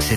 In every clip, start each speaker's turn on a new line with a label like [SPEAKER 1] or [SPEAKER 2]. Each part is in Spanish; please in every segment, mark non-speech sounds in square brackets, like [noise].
[SPEAKER 1] se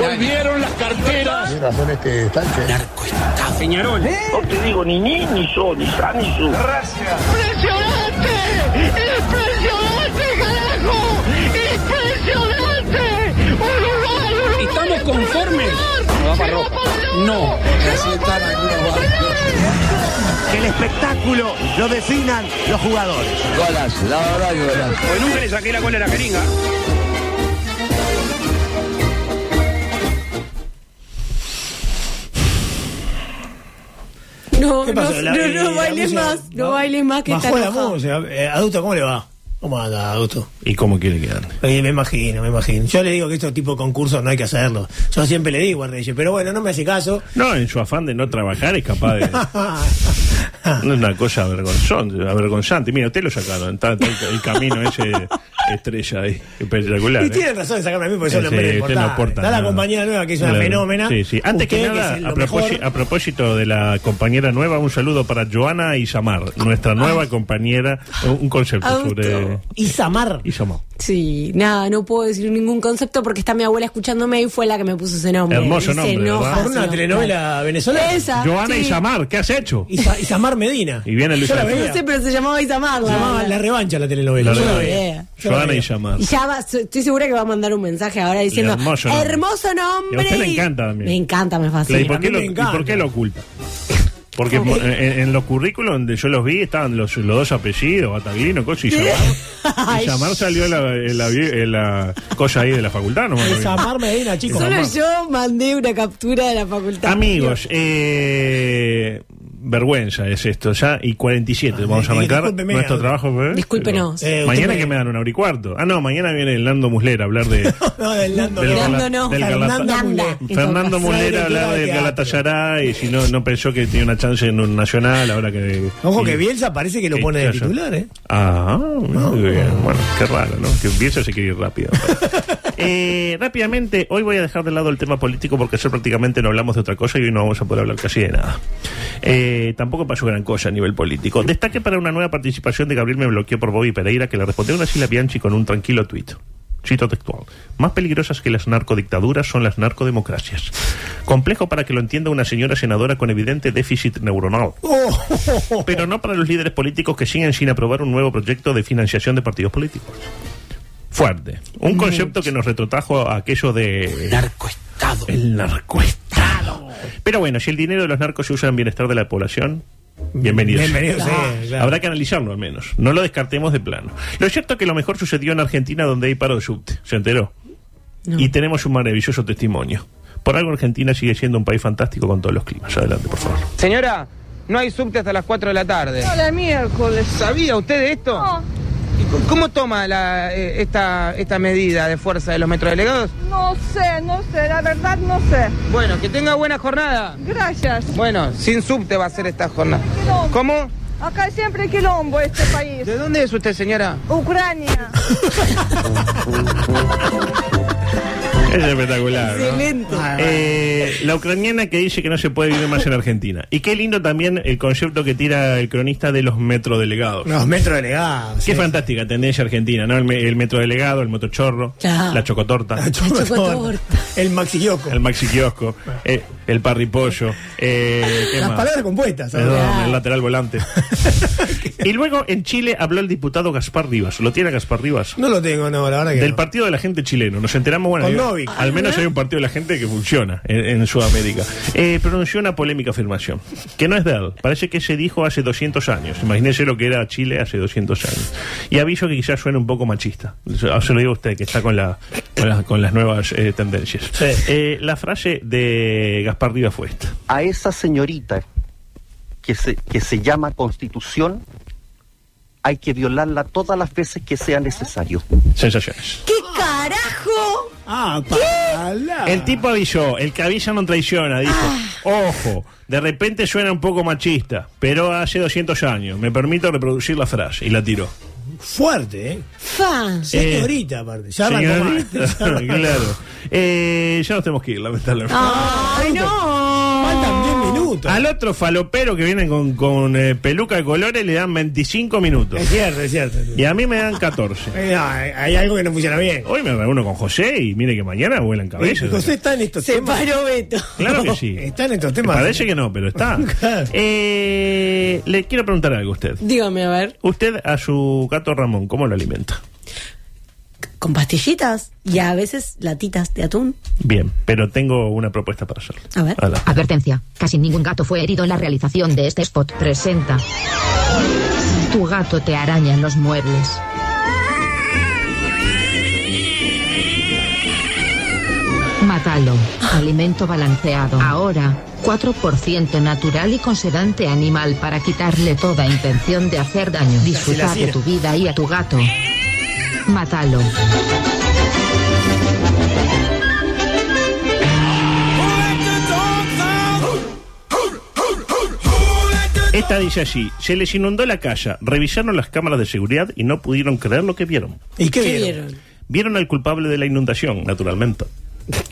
[SPEAKER 2] Volvieron las carteras.
[SPEAKER 3] Peñarol.
[SPEAKER 4] No te digo ni ni, ni yo, ni sa, ni su.
[SPEAKER 5] ¡Impresionante! ¡Impresionante, carajo! ¡Impresionante! ¡Uruguay, Uruguay!
[SPEAKER 2] ¿Estamos conformes?
[SPEAKER 5] No va para ropa.
[SPEAKER 2] No.
[SPEAKER 6] Que el espectáculo lo definan los jugadores.
[SPEAKER 3] Porque nunca le saqué la cola a la jeringa.
[SPEAKER 7] No,
[SPEAKER 8] ¿Qué
[SPEAKER 7] no,
[SPEAKER 8] pasó? La- eh,
[SPEAKER 7] no, no
[SPEAKER 8] la
[SPEAKER 7] bailes
[SPEAKER 8] música-
[SPEAKER 7] más, no bailes más que está
[SPEAKER 8] Bajó la
[SPEAKER 7] enojado.
[SPEAKER 8] música. Eh, adulto, ¿cómo le va? ¿Cómo anda, adulto?
[SPEAKER 9] ¿Y cómo quiere quedar?
[SPEAKER 8] Eh, me imagino, me imagino. Yo le digo que estos tipos de concursos no hay que hacerlos. Yo siempre le digo a Reyes, pero bueno, no me hace caso.
[SPEAKER 9] No, en su afán de no trabajar es
[SPEAKER 8] [laughs]
[SPEAKER 9] capaz de... No es una cosa avergonzón- avergonzante. Mira, usted lo sacaron. Está, está el, el camino ese estrella ahí. Espectacular.
[SPEAKER 8] y
[SPEAKER 9] ¿eh?
[SPEAKER 8] tienen razón de sacarme a mí porque
[SPEAKER 9] Sí,
[SPEAKER 8] son los menos
[SPEAKER 9] usted no
[SPEAKER 8] importantes.
[SPEAKER 9] aporta
[SPEAKER 8] Está la
[SPEAKER 9] nada.
[SPEAKER 8] compañía nueva que es una
[SPEAKER 9] Claro.
[SPEAKER 8] fenómena.
[SPEAKER 9] Sí, sí. Antes que
[SPEAKER 8] Usted,
[SPEAKER 9] nada,
[SPEAKER 8] es
[SPEAKER 9] a,
[SPEAKER 8] lo
[SPEAKER 9] propósito,
[SPEAKER 8] mejor.
[SPEAKER 9] a propósito de la compañera nueva, un saludo para Joana Isamar, nuestra nueva
[SPEAKER 8] Ah.
[SPEAKER 9] compañera. Un un concepto
[SPEAKER 7] Auto.
[SPEAKER 9] sobre
[SPEAKER 8] Isamar.
[SPEAKER 9] Isamar.
[SPEAKER 7] Sí, nada, no puedo decir ningún concepto porque está mi abuela escuchándome y fue la que me puso ese nombre.
[SPEAKER 9] Hermoso
[SPEAKER 7] Y se
[SPEAKER 9] nombre,
[SPEAKER 7] enoja,
[SPEAKER 9] ¿verdad?
[SPEAKER 8] Por
[SPEAKER 7] se
[SPEAKER 8] una
[SPEAKER 7] enoja.
[SPEAKER 8] telenovela venezolana.
[SPEAKER 7] Esa.
[SPEAKER 9] Joana
[SPEAKER 7] Ah, sí.
[SPEAKER 9] Isamar, ¿qué has hecho?
[SPEAKER 8] Isa- Isamar Medina.
[SPEAKER 9] Y viene Luis
[SPEAKER 8] Yo la
[SPEAKER 9] Alberto.
[SPEAKER 8] veía.
[SPEAKER 7] No sé, pero se llamaba Isamar.
[SPEAKER 8] Se llamaba La Revancha la telenovela.
[SPEAKER 9] La
[SPEAKER 8] Yo la
[SPEAKER 9] Revancha.
[SPEAKER 8] veía. Yo la
[SPEAKER 9] Joana
[SPEAKER 8] veía.
[SPEAKER 9] Isamar.
[SPEAKER 7] Y ya va- so- estoy segura que va a mandar un mensaje ahora diciendo
[SPEAKER 9] hermoso nombre.
[SPEAKER 7] "Hermoso nombre.
[SPEAKER 9] Y a usted le
[SPEAKER 7] y-
[SPEAKER 9] encanta también.
[SPEAKER 7] Me encanta, me
[SPEAKER 9] Claro, ¿y,
[SPEAKER 7] fascina.
[SPEAKER 9] por qué
[SPEAKER 8] a mí
[SPEAKER 9] lo,
[SPEAKER 8] me
[SPEAKER 9] y
[SPEAKER 8] encanta.
[SPEAKER 9] por qué lo oculta? Porque mo- en, en los currículos donde yo los vi estaban los, los dos apellidos, Bataglino, Coche y Llamar.
[SPEAKER 8] [laughs]
[SPEAKER 7] Ay,
[SPEAKER 9] Y Llamar salió en la, en la vi- en la cosa ahí de la facultad, ¿no?
[SPEAKER 8] Isamar Medina, chicos.
[SPEAKER 7] Solo yo mandé una captura de la facultad.
[SPEAKER 9] Amigos, eh, vergüenza es esto ya. Y 47,
[SPEAKER 8] Ah,
[SPEAKER 9] vamos a
[SPEAKER 8] eh,
[SPEAKER 9] arrancar
[SPEAKER 8] discúlpeme,
[SPEAKER 9] nuestro
[SPEAKER 8] Adolfo.
[SPEAKER 9] trabajo. ¿eh?
[SPEAKER 7] Discúlpenos.
[SPEAKER 9] Pero-
[SPEAKER 8] Eh,
[SPEAKER 9] mañana
[SPEAKER 8] usted
[SPEAKER 9] que
[SPEAKER 8] me-
[SPEAKER 9] me dan una hora y cuarto. Ah, no, mañana viene el Nando Muslera a
[SPEAKER 8] [laughs]
[SPEAKER 9] hablar de...
[SPEAKER 8] No, del Nando
[SPEAKER 9] Del
[SPEAKER 8] no.
[SPEAKER 9] Gala-
[SPEAKER 7] Nando no,
[SPEAKER 9] del
[SPEAKER 8] Fernando
[SPEAKER 9] Galata-
[SPEAKER 8] Mulé.
[SPEAKER 7] En
[SPEAKER 9] Fernando
[SPEAKER 7] todo caso.
[SPEAKER 9] Mulera hablaba
[SPEAKER 8] Directora de
[SPEAKER 9] del
[SPEAKER 8] teatro.
[SPEAKER 9] Galatasaray y si no, no pensó que tenía una chance en un nacional ahora que...
[SPEAKER 8] Ojo que
[SPEAKER 9] y-
[SPEAKER 8] Bielsa parece que lo
[SPEAKER 9] que
[SPEAKER 8] pone de
[SPEAKER 9] ya-
[SPEAKER 8] titular, ¿eh?
[SPEAKER 9] Ah, muy bien. Bueno, qué raro, ¿no? Que empieza se quiere ir rápido. Eh, rápidamente, hoy voy a dejar de lado el tema político porque ayer prácticamente no hablamos de otra cosa y hoy no vamos a poder hablar casi de nada. Eh, tampoco pasó gran cosa a nivel político. Destaque para una nueva participación de Gabriel Me Bloqueó por Bobby Pereira que le respondió una Sila Bianchi con un tranquilo tuit. Cito textual. Más peligrosas que las narcodictaduras son las narcodemocracias. Complejo para que lo entienda una señora senadora con evidente déficit neuronal pero no para los líderes políticos que siguen sin aprobar un nuevo proyecto de financiación de partidos políticos. Fuerte. Un concepto que nos retrotrajo a aquello de... Narcoestado. El narcoestado. Pero bueno, si el dinero de los narcos se usa en bienestar de la población, bienvenidos.
[SPEAKER 8] Bienvenido, sí,
[SPEAKER 9] Ah.
[SPEAKER 8] claro.
[SPEAKER 9] Habrá que analizarlo al menos. No lo descartemos de plano. Lo cierto es que lo mejor sucedió en Argentina donde hay paro de subte. ¿Se enteró? Y tenemos un maravilloso testimonio. Por algo Argentina sigue siendo un país fantástico con todos los climas. Adelante, por favor.
[SPEAKER 3] Señora, no hay subte hasta las 4 de la tarde.
[SPEAKER 5] Hola, miércoles.
[SPEAKER 3] ¿Sabía usted de esto?
[SPEAKER 5] No,
[SPEAKER 3] ¿Y c- ¿Cómo toma la, eh, esta, esta medida de fuerza de los metrodelegados?
[SPEAKER 5] no sé, no sé, la verdad no sé.
[SPEAKER 3] Bueno, que tenga buena jornada.
[SPEAKER 5] Gracias.
[SPEAKER 3] Bueno, sin subte va a ser esta jornada.
[SPEAKER 5] Quilombo.
[SPEAKER 3] ¿Cómo?
[SPEAKER 5] Acá siempre quilombo este país.
[SPEAKER 3] ¿De dónde es usted, señora?
[SPEAKER 5] Ucrania.
[SPEAKER 9] Es espectacular. ¿no?
[SPEAKER 7] Excelente.
[SPEAKER 9] Eh, la ucraniana que dice que no se puede vivir más en Argentina. Y qué lindo también el concepto que tira el cronista de los metrodelegados.
[SPEAKER 8] Los metros delegados.
[SPEAKER 9] Qué
[SPEAKER 8] sí. [laughs]
[SPEAKER 9] fantástica tendencia argentina, ¿no? El, me- el metrodelegado, el motochorro,
[SPEAKER 7] Claro.
[SPEAKER 9] la chocotorta,
[SPEAKER 8] Chocotorta.
[SPEAKER 7] chocotorta.
[SPEAKER 8] El Maxi Yoko.
[SPEAKER 9] el maxi kiosco, eh, el parripollo. Eh, ¿qué
[SPEAKER 8] Las
[SPEAKER 9] más?
[SPEAKER 8] palabras compuestas. ¿sabes?
[SPEAKER 9] Perdón, el
[SPEAKER 8] [laughs]
[SPEAKER 9] lateral volante. y luego en Chile habló el diputado Gaspar Rivas. ¿Lo tiene Gaspar Rivas?
[SPEAKER 8] No lo tengo, no, la verdad que
[SPEAKER 9] Del
[SPEAKER 8] no.
[SPEAKER 9] partido de la gente chileno. Nos enteramos, bueno,
[SPEAKER 8] Con
[SPEAKER 9] digo,
[SPEAKER 8] Novik.
[SPEAKER 9] al menos hay un partido de la gente que funciona en, en Sudamérica. Eh, pronunció una polémica afirmación, que no es de él. Parece que se dijo hace 200 años. Imagínense lo que era Chile hace 200 años. Y aviso que quizás suene un poco machista. Se se lo digo a usted, que está con, la, con, la- con las nuevas eh, tendencias.
[SPEAKER 8] Sí.
[SPEAKER 9] Eh, la frase de Gaspar Rivas fue esta.
[SPEAKER 6] A esa señorita que se, que se llama Constitución,
[SPEAKER 4] hay que violarla todas las veces que sea necesario.
[SPEAKER 9] Sensaciones.
[SPEAKER 7] ¿Qué carajo?
[SPEAKER 8] Ah, para
[SPEAKER 9] El tipo avisó, el que avisa no traiciona, dijo.
[SPEAKER 8] Ah.
[SPEAKER 9] Ojo, de repente suena un poco machista, pero hace 200 años. Me permito reproducir la frase y la tiró.
[SPEAKER 8] Fuerte, ¿eh?
[SPEAKER 7] Fa.
[SPEAKER 8] Señorita, aparte. Ya arrancó
[SPEAKER 9] [laughs] Señorita,
[SPEAKER 8] mal. [laughs] Ya arrancó mal.
[SPEAKER 9] Eh, claro. Eh, ya nos tenemos que ir, lamentablemente.
[SPEAKER 7] Ay, no.
[SPEAKER 8] Faltan 10 minutos.
[SPEAKER 9] Al otro falopero que vienen con, con, eh, peluca de colores le dan 25 minutos.
[SPEAKER 8] Es cierto, es cierto.
[SPEAKER 9] Y a mí me dan 14.
[SPEAKER 8] Eh, no, hay, hay algo que no funciona bien.
[SPEAKER 9] Hoy me reúno con José y mire que mañana vuelan cabezas.
[SPEAKER 8] Eh, José está en estos
[SPEAKER 7] Se
[SPEAKER 8] temas.
[SPEAKER 7] paró Beto.
[SPEAKER 9] Claro que sí.
[SPEAKER 8] Está en estos
[SPEAKER 9] Me
[SPEAKER 8] temas.
[SPEAKER 9] parece que no, pero está.
[SPEAKER 8] [laughs] Claro.
[SPEAKER 9] Eh, le quiero preguntar algo a usted.
[SPEAKER 7] Dígame, a ver.
[SPEAKER 9] Usted a su gato Ramón, ¿cómo lo alimenta?
[SPEAKER 7] Con pastillitas y a veces latitas de atún.
[SPEAKER 9] Bien, pero tengo una propuesta para hacerle.
[SPEAKER 7] A ver.
[SPEAKER 9] Hola.
[SPEAKER 10] Advertencia, casi ningún gato fue herido en la realización de este spot. Presenta. Tu gato te araña en los muebles. Mátalo. Alimento balanceado. Ahora, 4% natural y con sedante animal para quitarle toda intención de hacer daño. Disfruta de tu vida y a tu gato. Mátalo.
[SPEAKER 9] Esta dice así: se les inundó la casa, revisaron las cámaras de seguridad y no pudieron creer lo que vieron.
[SPEAKER 8] ¿Y qué,
[SPEAKER 7] ¿Qué
[SPEAKER 8] vieron?
[SPEAKER 7] vieron?
[SPEAKER 9] Vieron al culpable de la inundación, naturalmente.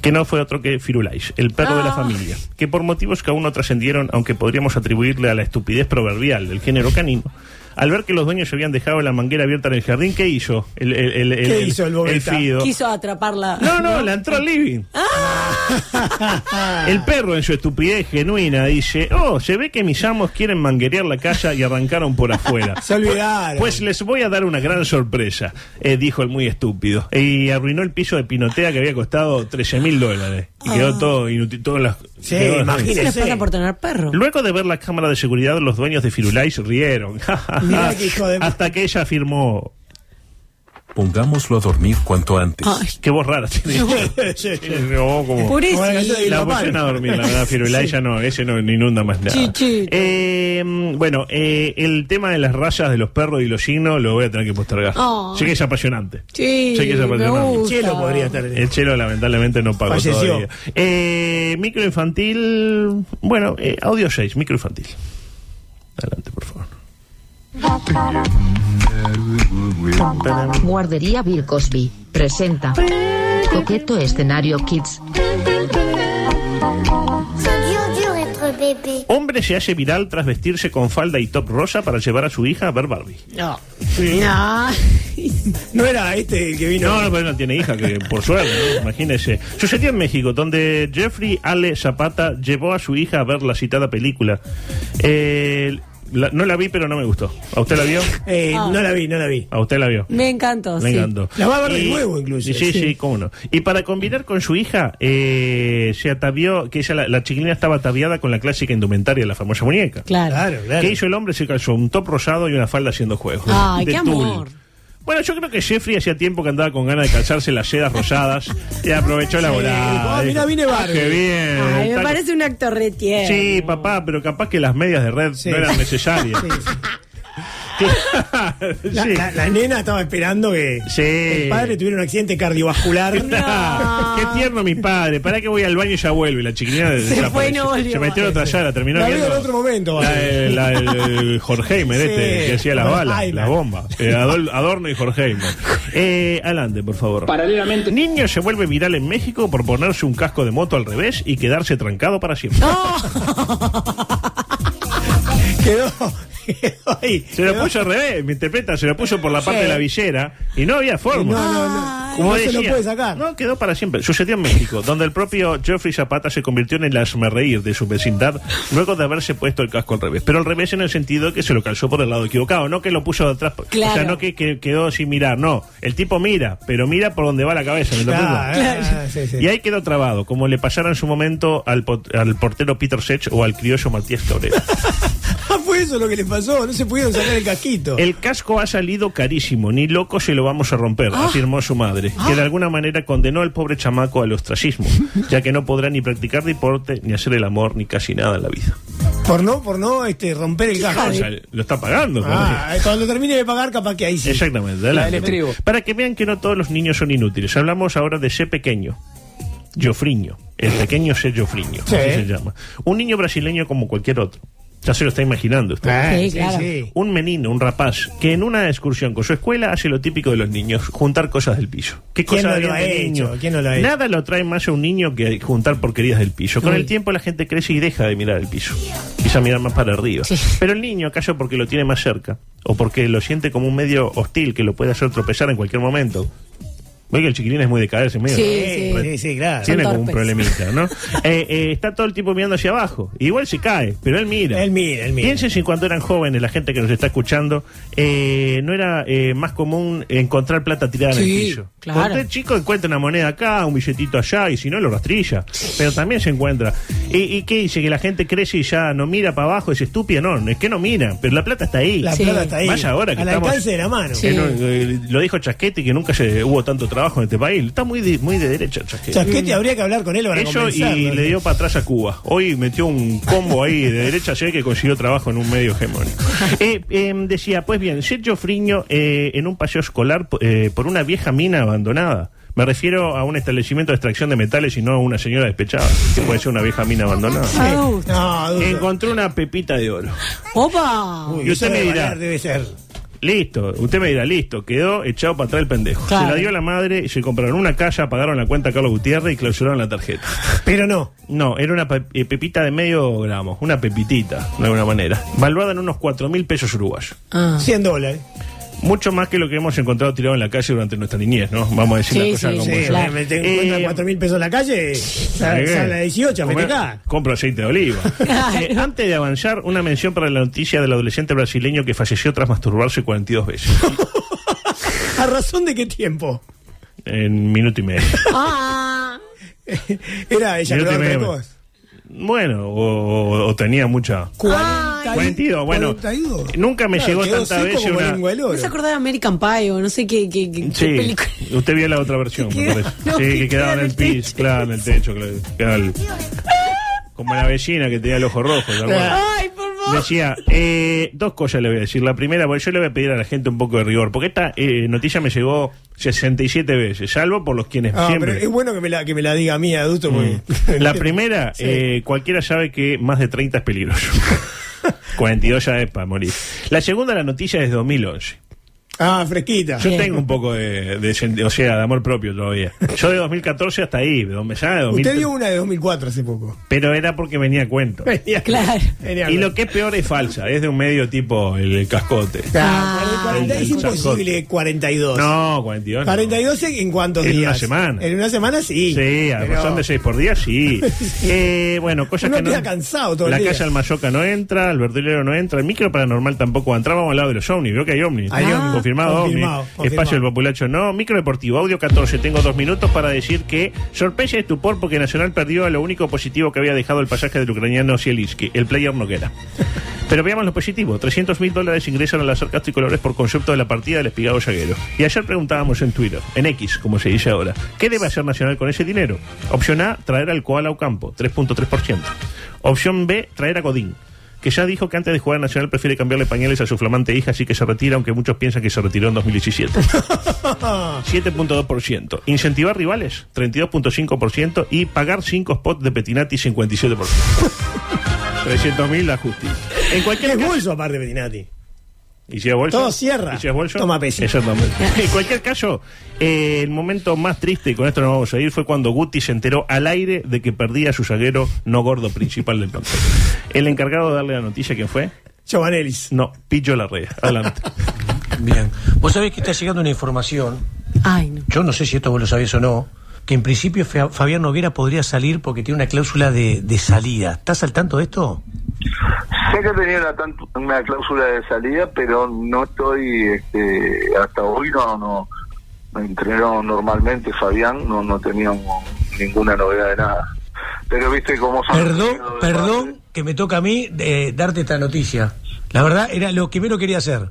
[SPEAKER 9] Que no fue otro que Firulais, el perro de la
[SPEAKER 7] Ah.
[SPEAKER 9] familia, que por motivos que aún no trascendieron, aunque podríamos atribuirle a la estupidez proverbial del género canino, al ver que los dueños habían dejado la manguera abierta en el jardín, ¿qué hizo? El, el, el, el-
[SPEAKER 8] ¿Qué
[SPEAKER 9] el-
[SPEAKER 8] hizo el bobeta?
[SPEAKER 9] fido.
[SPEAKER 7] Quiso atraparla.
[SPEAKER 9] No, no, la entró al living. [laughs] El perro, en su estupidez genuina, dice: Oh, se ve que mis amos quieren manguerear la casa y arrancaron por afuera.
[SPEAKER 8] Se olvidaron.
[SPEAKER 9] Pues les voy a dar una gran sorpresa, eh, dijo el muy estúpido. Y arruinó el piso de pinotea que había costado 13 mil dólares. Y quedó todo inútil. Todas las,
[SPEAKER 8] Sí,
[SPEAKER 9] quedó-
[SPEAKER 8] imagínese.
[SPEAKER 7] ¿Qué les pasa por tener perro?
[SPEAKER 9] Luego de ver la cámara de seguridad, los dueños de Firulais rieron. [laughs]
[SPEAKER 8] Mirá qué hijo de-
[SPEAKER 9] Hasta que ella afirmó:
[SPEAKER 2] Pongámoslo a dormir cuanto antes.
[SPEAKER 7] Ay,
[SPEAKER 9] Qué voz rara
[SPEAKER 8] [laughs]
[SPEAKER 9] tiene.
[SPEAKER 8] Sí, sí.
[SPEAKER 9] No, como-
[SPEAKER 7] por eso.
[SPEAKER 8] Como la canción de
[SPEAKER 9] La
[SPEAKER 8] Vilma
[SPEAKER 9] pusieron a
[SPEAKER 8] Palma.
[SPEAKER 9] dormir, la verdad,
[SPEAKER 7] [laughs]
[SPEAKER 9] Firulais ya no, ese no, no inunda más nada.
[SPEAKER 7] Chichito.
[SPEAKER 9] Eh, mm, bueno, eh, el tema de las rayas de los perros y los signos lo voy a tener que postergar.
[SPEAKER 7] Ah.
[SPEAKER 9] Sé que es apasionante.
[SPEAKER 7] Sí,
[SPEAKER 9] Sé que es
[SPEAKER 7] me
[SPEAKER 9] apasionante.
[SPEAKER 7] gusta.
[SPEAKER 8] Chelo podría estar.
[SPEAKER 9] El chelo lamentablemente no pagó
[SPEAKER 8] Falleció.
[SPEAKER 9] todavía. Eh, microinfantil, bueno, eh, audio 6, microinfantil. Adelante, por favor.
[SPEAKER 10] Guardería Bill Cosby presenta Coqueto Escenario Kids.
[SPEAKER 9] Hombre se hace viral tras vestirse con falda y top rosa para llevar a su hija a ver Barbie.
[SPEAKER 7] No. No.
[SPEAKER 8] No era este el que vino.
[SPEAKER 9] No, no, pero no tiene hija, que por suerte, ¿no? imagínese. Sucedió en México, donde Jeffrey Ale Zapata llevó a su hija a ver la citada película. Eh, la- no la vi, pero no me gustó. ¿A usted la vio?
[SPEAKER 8] Eh,
[SPEAKER 7] Ah.
[SPEAKER 8] no la vi, no la vi.
[SPEAKER 9] A usted la vio.
[SPEAKER 7] Me encantó.
[SPEAKER 9] Me
[SPEAKER 7] sí.
[SPEAKER 9] encantó.
[SPEAKER 8] La va a ver de
[SPEAKER 9] Y-
[SPEAKER 8] nuevo, incluso.
[SPEAKER 9] y Sí, sí,
[SPEAKER 8] Sí.
[SPEAKER 9] cómo no. Y para combinar con su hija, eh, se atavió, que ella, la, la chiquilina estaba ataviada con la clásica indumentaria de la famosa muñeca.
[SPEAKER 7] Claro.
[SPEAKER 8] Claro, claro.
[SPEAKER 9] ¿Qué hizo el hombre? Se calzó un top rosado y una falda haciendo juego.
[SPEAKER 7] Ay,
[SPEAKER 9] De
[SPEAKER 7] qué
[SPEAKER 9] tul.
[SPEAKER 7] amor.
[SPEAKER 9] Bueno, yo creo que Jeffrey hacía tiempo que andaba con ganas de calzarse las sedas rosadas y aprovechó la
[SPEAKER 8] Sí,
[SPEAKER 9] volada.
[SPEAKER 8] ah,
[SPEAKER 9] Dijo,
[SPEAKER 8] mirá, vine Barbie.
[SPEAKER 9] Qué bien.
[SPEAKER 7] Ay, me
[SPEAKER 9] Está-
[SPEAKER 7] parece un acto re tierno.
[SPEAKER 9] Eh, Sí, papá, pero capaz que las medias de red
[SPEAKER 8] Sí.
[SPEAKER 9] no eran necesarias. [laughs] Sí.
[SPEAKER 8] La, la- la nena estaba esperando que
[SPEAKER 9] Sí.
[SPEAKER 8] el
[SPEAKER 9] [laughs]
[SPEAKER 8] padre tuviera un accidente cardiovascular. [laughs]
[SPEAKER 9] Qué tierno mi padre. ¿Para que voy al baño y ya vuelve? La chiquilina desapareció.
[SPEAKER 7] fue y no volvió.
[SPEAKER 9] Se metió en otra llave, la terminó
[SPEAKER 8] La veo
[SPEAKER 9] viendo.
[SPEAKER 8] en otro momento, [laughs]
[SPEAKER 9] La,
[SPEAKER 8] vale.
[SPEAKER 9] la- el Jorgeheimer
[SPEAKER 8] Sí.
[SPEAKER 9] este, que hacía las balas,
[SPEAKER 8] Ay,
[SPEAKER 9] las
[SPEAKER 8] man.
[SPEAKER 9] bombas. Eh, Adol- Adorno y Jorgeheimer. Eh, adelante, por favor.
[SPEAKER 2] Paralelamente.
[SPEAKER 9] Niño se vuelve viral en México por ponerse un casco de moto al revés y quedarse trancado para siempre.
[SPEAKER 8] Quedó, quedó ahí.
[SPEAKER 9] Se lo
[SPEAKER 8] Quedó-
[SPEAKER 9] puso al revés, me interpreta, se lo puso por la parte
[SPEAKER 7] Sí.
[SPEAKER 9] de la visera y no había forma.
[SPEAKER 8] No, no, no.
[SPEAKER 9] Como
[SPEAKER 8] No se lo
[SPEAKER 9] decía,
[SPEAKER 8] puede sacar.
[SPEAKER 9] No, quedó para siempre. Sucedió
[SPEAKER 8] [laughs]
[SPEAKER 9] en México, donde el propio Geoffrey Zapata se convirtió en el asmerreír de su vecindad luego de haberse puesto el casco al revés. Pero al revés en el sentido que se lo calzó por el lado equivocado, no que lo puso de atrás. O sea,
[SPEAKER 7] Claro.
[SPEAKER 9] no que, que quedó sin mirar, no. El tipo mira, pero mira por donde va la cabeza. ¿me entendés?
[SPEAKER 8] Ah, ah, sí, sí.
[SPEAKER 9] Y ahí quedó trabado, como le pasara en su momento al, pot- al portero Peter Sech o al criollo Matías Cabrera.
[SPEAKER 8] [laughs] Ah, fue eso lo que le pasó. No se pudieron sacar el casquito.
[SPEAKER 9] El casco ha salido carísimo, ni loco se lo vamos a romper,
[SPEAKER 8] Ah.
[SPEAKER 9] afirmó su madre, que de alguna manera condenó al
[SPEAKER 8] [laughs]
[SPEAKER 9] pobre chamaco al ostracismo, ya que no podrá ni practicar deporte, ni hacer el amor, ni casi nada en la vida.
[SPEAKER 8] Por no, por no este, romper el
[SPEAKER 9] No, o
[SPEAKER 8] cajón.
[SPEAKER 9] sea, lo está pagando.
[SPEAKER 8] Ah, eh, cuando termine de pagar, capaz que ahí sí.
[SPEAKER 9] Exactamente,
[SPEAKER 8] La del
[SPEAKER 9] adelante.
[SPEAKER 8] estribo.
[SPEAKER 9] Para que vean que no todos los niños son inútiles. Hablamos ahora de C pequeño. Jofriño. El pequeño C. Jofriño.
[SPEAKER 8] Sí.
[SPEAKER 9] Así se llama. Un niño brasileño como cualquier otro. Ya se lo está imaginando usted.
[SPEAKER 8] Ah,
[SPEAKER 7] Sí, claro.
[SPEAKER 9] Un menino, un rapaz, que en una excursión con su escuela hace lo típico de los niños, juntar cosas del piso. ¿Qué
[SPEAKER 8] ¿Quién
[SPEAKER 9] cosa
[SPEAKER 8] no lo
[SPEAKER 9] había
[SPEAKER 8] ha
[SPEAKER 9] de
[SPEAKER 8] hecho?
[SPEAKER 9] niño?
[SPEAKER 8] ¿Quién no lo ha hecho?
[SPEAKER 9] Nada lo trae más a un niño que juntar porquerías del piso. Con
[SPEAKER 7] Uy.
[SPEAKER 9] el tiempo la gente crece y deja de mirar el piso. Quizá mirar más para arriba.
[SPEAKER 7] Sí.
[SPEAKER 9] Pero el niño, acaso porque lo tiene más cerca, o porque lo siente como un medio hostil que lo puede hacer tropezar en cualquier momento. Ve que el chiquilín es muy de caerse, medio.
[SPEAKER 7] Sí,
[SPEAKER 8] Sí,
[SPEAKER 7] sí.
[SPEAKER 8] sí, sí, claro.
[SPEAKER 9] Ah, Tiene como un
[SPEAKER 7] torpes.
[SPEAKER 9] problemita, ¿no? Eh, eh, está todo el tiempo mirando hacia abajo. Igual se cae, pero él mira.
[SPEAKER 8] Él mira, él mira.
[SPEAKER 9] Piensen si cuando eran jóvenes, la gente que nos está escuchando, eh, no era eh, más común encontrar plata tirada en el
[SPEAKER 7] Sí,
[SPEAKER 9] piso.
[SPEAKER 7] claro.
[SPEAKER 9] Cuando el chico encuentra una moneda acá, un billetito allá, y si no, lo rastrilla. Pero también se encuentra. ¿Y, y qué dice? ¿Que la gente crece y ya no mira para abajo? ¿Es estúpida? No, no es que no mira, pero la plata está ahí.
[SPEAKER 8] La
[SPEAKER 7] Sí.
[SPEAKER 8] plata está ahí.
[SPEAKER 9] Más ahora que
[SPEAKER 8] Al
[SPEAKER 9] estamos-
[SPEAKER 8] alcance de la mano.
[SPEAKER 7] Sí.
[SPEAKER 9] Que no- eh, lo dijo Chasquete que nunca se, hubo tanto trabajo en este país. Está muy de, muy de derecha Chasquete.
[SPEAKER 8] Chasquete habría que hablar con él para
[SPEAKER 9] Eso y
[SPEAKER 8] convencerlo.
[SPEAKER 9] le dio para atrás a Cuba. Hoy metió un combo ahí [laughs] de derecha ayer que consiguió trabajo en un medio hegemónico. [laughs] Eh, eh, decía, pues bien, Sergio Friño eh, en un paseo escolar eh, por una vieja mina abandonada. Me refiero a un establecimiento de extracción de metales y no a una señora despechada, que puede ser una vieja mina abandonada.
[SPEAKER 7] Adulto.
[SPEAKER 8] No, dudo.
[SPEAKER 9] Encontró una pepita de oro.
[SPEAKER 7] Opa.
[SPEAKER 8] Uy,
[SPEAKER 9] Eh, y usted
[SPEAKER 8] eso de
[SPEAKER 9] me dirá-
[SPEAKER 8] Valar Debe ser.
[SPEAKER 9] Listo, usted me dirá, listo, quedó echado para atrás el pendejo.
[SPEAKER 7] Claro.
[SPEAKER 9] Se la dio la madre, se compraron una casa, pagaron la cuenta a Carlos Gutiérrez y clausuraron la tarjeta.
[SPEAKER 8] Pero no.
[SPEAKER 9] No, era una pe- eh, pepita de medio gramo, una pepitita, de alguna manera. Valuada en unos 4 mil pesos uruguayos.
[SPEAKER 7] Ah.
[SPEAKER 8] 100 dólares.
[SPEAKER 9] Mucho más que lo que hemos encontrado tirado en la calle durante nuestra niñez, ¿no? Vamos a decir
[SPEAKER 7] Sí,
[SPEAKER 9] la cosa
[SPEAKER 7] sí,
[SPEAKER 9] como
[SPEAKER 8] Sí,
[SPEAKER 9] es.
[SPEAKER 7] claro.
[SPEAKER 8] me tengo en cuenta
[SPEAKER 9] Eh,
[SPEAKER 8] 4 mil pesos en la calle. Sale
[SPEAKER 9] ¿Qué?
[SPEAKER 8] sale a 18,
[SPEAKER 9] Comer-
[SPEAKER 8] vete acá.
[SPEAKER 9] Compro aceite de
[SPEAKER 8] [laughs]
[SPEAKER 9] oliva.
[SPEAKER 7] Claro.
[SPEAKER 9] Eh, antes de avanzar, una mención para la noticia del adolescente brasileño que falleció tras masturbarse
[SPEAKER 8] [laughs]
[SPEAKER 9] 42 veces.
[SPEAKER 8] ¿A razón de qué tiempo? [laughs]
[SPEAKER 9] en minuto y medio.
[SPEAKER 7] [laughs] Ah.
[SPEAKER 8] Era ella,
[SPEAKER 9] Minuto y
[SPEAKER 8] pero
[SPEAKER 9] medio.
[SPEAKER 8] precoz.
[SPEAKER 9] Bueno, o, o- o tenía mucha...
[SPEAKER 8] 40 y-
[SPEAKER 9] 42, bueno.
[SPEAKER 8] 42.
[SPEAKER 9] Nunca me llegó
[SPEAKER 8] quedó
[SPEAKER 9] tanta
[SPEAKER 8] seco
[SPEAKER 9] vez
[SPEAKER 8] como
[SPEAKER 9] una-
[SPEAKER 8] lengua del oro.
[SPEAKER 7] No se acordaba de American Pie o no sé qué, qué, qué- qué
[SPEAKER 9] Sí,
[SPEAKER 7] película.
[SPEAKER 9] usted vio la otra versión, me
[SPEAKER 7] queda-
[SPEAKER 9] parece.
[SPEAKER 7] no,
[SPEAKER 9] sí,
[SPEAKER 7] que
[SPEAKER 9] que quedaba en el piso, claro, en el techo. claro, quedaba el- como la vecina que tenía el ojo rojo, ¿se acuerda?
[SPEAKER 7] Ay, por favor.
[SPEAKER 9] Decía, eh, dos cosas le voy a decir. La primera, bueno, yo le voy a pedir a la gente un poco de rigor, porque esta eh, noticia me llegó 67 veces, salvo por los quienes
[SPEAKER 8] Ah, pero
[SPEAKER 9] siempre. Mm.
[SPEAKER 8] es bueno que me la, que me la diga a mí, adulto. porque- [laughs]
[SPEAKER 9] La primera,
[SPEAKER 8] Sí.
[SPEAKER 9] eh, cualquiera sabe que más de 30
[SPEAKER 8] [laughs]
[SPEAKER 9] es peligroso. 42 ya es para morir. La segunda, la noticia es de 2011.
[SPEAKER 8] Ah, fresquita.
[SPEAKER 9] [laughs] Yo tengo un poco de, de sen- o sea, de amor propio todavía. Yo de 2014 hasta ahí, de donde ya de 2000,
[SPEAKER 8] Usted dio una de 2004 hace
[SPEAKER 9] [laughs]
[SPEAKER 8] poco.
[SPEAKER 9] pero era porque venía a cuento.
[SPEAKER 7] Claro.
[SPEAKER 8] Genial.
[SPEAKER 9] Y lo que es peor es falsa, es de un medio tipo el, el cascote.
[SPEAKER 8] Ah, 40 es
[SPEAKER 9] el
[SPEAKER 8] imposible,
[SPEAKER 9] chascote.
[SPEAKER 8] 42.
[SPEAKER 9] No, 42. no.
[SPEAKER 8] 42 en cuántos
[SPEAKER 9] En una
[SPEAKER 8] días?
[SPEAKER 9] semana.
[SPEAKER 8] En una semana sí.
[SPEAKER 9] Sí, a
[SPEAKER 8] pero-
[SPEAKER 9] razón de 6 por
[SPEAKER 8] [laughs]
[SPEAKER 9] día, sí. Eh, bueno, cosas
[SPEAKER 8] Uno
[SPEAKER 9] que no.
[SPEAKER 8] queda cansado todo el
[SPEAKER 9] la
[SPEAKER 8] día.
[SPEAKER 9] calle Almayoca no entra, el verdulero no entra, el micro paranormal tampoco va a entrar. Vamos al lado de los ovnis, veo que hay ovnis.
[SPEAKER 8] Hay
[SPEAKER 9] Ah.
[SPEAKER 8] ovnis.
[SPEAKER 9] Confirmado,
[SPEAKER 8] Confirmado,
[SPEAKER 9] ovni.
[SPEAKER 8] confirmado.
[SPEAKER 9] Espacio del populacho no. Micro deportivo, audio 14. Tengo dos minutos para decir que sorpresa y estupor porque Nacional perdió a lo único positivo que había dejado el pasaje del ucraniano Zielinski, el player Noguera. Pero veamos lo positivo. 300 mil dólares ingresan a las arcas tricolores por concepto de la partida del espigado Yaguero. Y ayer preguntábamos en Twitter, en X, como se dice ahora, ¿qué debe hacer Nacional con ese dinero? Opción A, traer al Koala Ocampo, 3.3%. Opción B, traer a Godín, que ya dijo que antes de jugar a Nacional prefiere cambiarle pañales a su flamante hija, así que se retira, aunque muchos piensan que se retiró en 2017. 7.2%. Incentivar rivales, 32.5%. Y pagar 5 spots de Petinati, 57%. [laughs] 300.000 la justicia. En cualquier
[SPEAKER 8] Es
[SPEAKER 9] caso-
[SPEAKER 8] bolso aparte, Petinati.
[SPEAKER 9] ¿Y si es bolso?
[SPEAKER 8] Todo cierra.
[SPEAKER 9] ¿Y si es bolso?
[SPEAKER 8] Toma peso. [laughs]
[SPEAKER 9] Exactamente. En cualquier caso, eh, el momento más triste, y con esto nos vamos a ir, fue cuando Guti se enteró al aire de que perdía a su zaguero no gordo principal del plantel. El encargado de darle la noticia, ¿quién fue?
[SPEAKER 8] Giovanelis.
[SPEAKER 9] No, Pillo Larrea.
[SPEAKER 8] [laughs]
[SPEAKER 9] Adelante.
[SPEAKER 11] Bien. Vos sabés que está llegando una información,
[SPEAKER 7] Ay, no.
[SPEAKER 11] yo no sé si esto vos lo sabés o no, que en principio Fa- Fabián Noguera podría salir porque tiene una cláusula de, de salida. ¿Estás al tanto de esto?
[SPEAKER 12] Sé que tenía una, tanto- una cláusula de salida, pero no estoy, este, hasta hoy no, no entrenó normalmente Fabián, no, no teníamos ninguna novedad de nada. Pero viste cómo son...
[SPEAKER 11] Perdón, perdón que me toca a mí eh, darte esta noticia. La verdad era lo que menos quería hacer.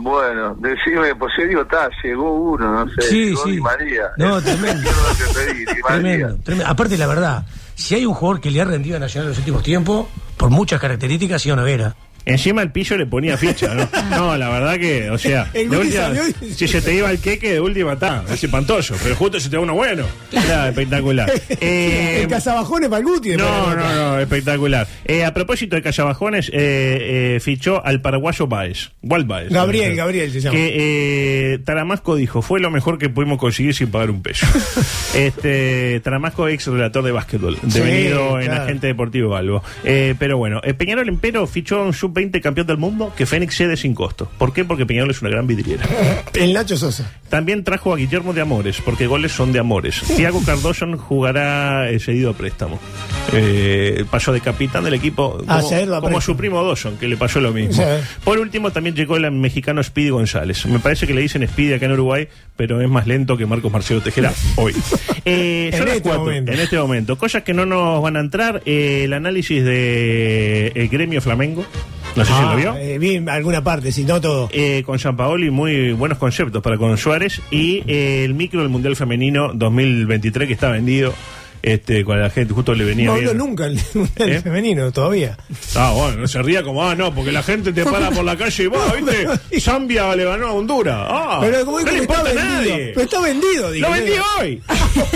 [SPEAKER 12] Bueno, decime, pues yo digo, está, llegó uno, no sé,
[SPEAKER 11] Sí,
[SPEAKER 12] llegó
[SPEAKER 11] sí.
[SPEAKER 12] Di María.
[SPEAKER 11] No,
[SPEAKER 12] Es-
[SPEAKER 11] tremendo.
[SPEAKER 12] [laughs] es
[SPEAKER 11] [laughs]
[SPEAKER 12] lo que pedí, Di María.
[SPEAKER 11] Tremendo, tremendo. Aparte, la verdad, si hay un jugador que le ha rendido a Nacional en los últimos tiempos, por muchas características, iba a Noguera.
[SPEAKER 9] Encima el pillo le ponía
[SPEAKER 11] [laughs]
[SPEAKER 9] ficha, ¿no? No, la verdad que, o sea,
[SPEAKER 11] El
[SPEAKER 9] de
[SPEAKER 11] Guti
[SPEAKER 9] última,
[SPEAKER 11] salió
[SPEAKER 9] si se te iba el queque, de última está, es espantoso, pero justo se te va uno bueno.
[SPEAKER 11] [laughs]
[SPEAKER 9] Era espectacular. Eh,
[SPEAKER 8] el cazabajones para el Guti. después de la
[SPEAKER 9] no,
[SPEAKER 8] nota.
[SPEAKER 9] no, no, espectacular. Eh, a propósito de Callabajones, eh, eh, fichó al paraguayo Baez, Walt Baez.
[SPEAKER 8] Gabriel, Gabriel se llama.
[SPEAKER 9] Que eh, Taramasco dijo, fue lo mejor que pudimos conseguir sin pagar un
[SPEAKER 8] [laughs]
[SPEAKER 9] peso. este Taramasco, ex relator de básquetbol,
[SPEAKER 8] Sí,
[SPEAKER 9] devenido en
[SPEAKER 8] claro.
[SPEAKER 9] agente deportivo algo. pero bueno, eh, Peñarol Empero fichó a un sub-20 campeón del mundo que Fénix cede sin costo. ¿Por qué? Porque Peñarol es una gran vidriera.
[SPEAKER 8] El Nacho Sosa.
[SPEAKER 9] También trajo a Guillermo de Amores, porque goles son de Amores. Thiago Cardoso jugará eh, cedido a préstamo. Eh, pasó de capitán del equipo
[SPEAKER 8] Ah,
[SPEAKER 9] como,
[SPEAKER 8] cedido a
[SPEAKER 9] como
[SPEAKER 8] préstamo.
[SPEAKER 9] su primo Dawson, que le pasó lo mismo.
[SPEAKER 8] Sí.
[SPEAKER 9] Por último, también llegó el mexicano Speedy González. Me parece que le dicen Speedy acá en Uruguay, pero es más lento que Marcos
[SPEAKER 8] [laughs]
[SPEAKER 9] Marcelo Tejera hoy. Eh, son
[SPEAKER 8] En
[SPEAKER 9] las
[SPEAKER 8] este momento.
[SPEAKER 9] en este momento. Cosas que no nos van a entrar. eh, el análisis de eh, el gremio Flamengo. No sé si
[SPEAKER 8] Ah,
[SPEAKER 9] lo vio.
[SPEAKER 8] eh, vi alguna parte, si no todo.
[SPEAKER 9] Eh, con Sampaoli muy buenos conceptos para con Suárez y eh, el micro del Mundial Femenino 2023 que está vendido este con la gente justo le venía
[SPEAKER 8] No habló
[SPEAKER 9] bien.
[SPEAKER 8] nunca el, el [laughs]
[SPEAKER 9] ¿Eh?
[SPEAKER 8] femenino, todavía.
[SPEAKER 9] Ah, bueno, no se ría como, ah, no, porque la gente te para por la calle y
[SPEAKER 8] [laughs]
[SPEAKER 9] va, ¿viste? Zambia le ganó a Honduras. Ah,
[SPEAKER 8] Pero como dijo
[SPEAKER 9] no le
[SPEAKER 8] que está
[SPEAKER 9] importa a
[SPEAKER 8] vendido.
[SPEAKER 9] nadie.
[SPEAKER 8] Pero está vendido, digo.
[SPEAKER 9] ¡Lo vendí
[SPEAKER 8] Digo. [laughs]
[SPEAKER 9] hoy!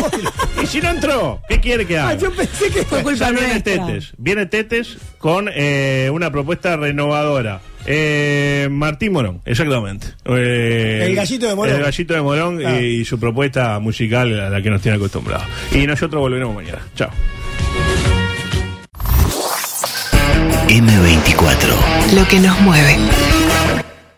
[SPEAKER 9] [laughs] ¿Y si no entró? ¿Qué quiere que haga?
[SPEAKER 8] Ah, yo pensé que [laughs] fue
[SPEAKER 9] Ya viene Tetes, viene Tetes con eh, una propuesta renovadora. Eh, Martín Morón, exactamente. Eh,
[SPEAKER 8] El gallito de Morón.
[SPEAKER 9] El gallito de Morón
[SPEAKER 8] Ah.
[SPEAKER 9] y, y su propuesta musical a la que nos tiene acostumbrados. Y nosotros volveremos mañana. Chao.
[SPEAKER 1] M24.
[SPEAKER 13] Lo que nos mueve.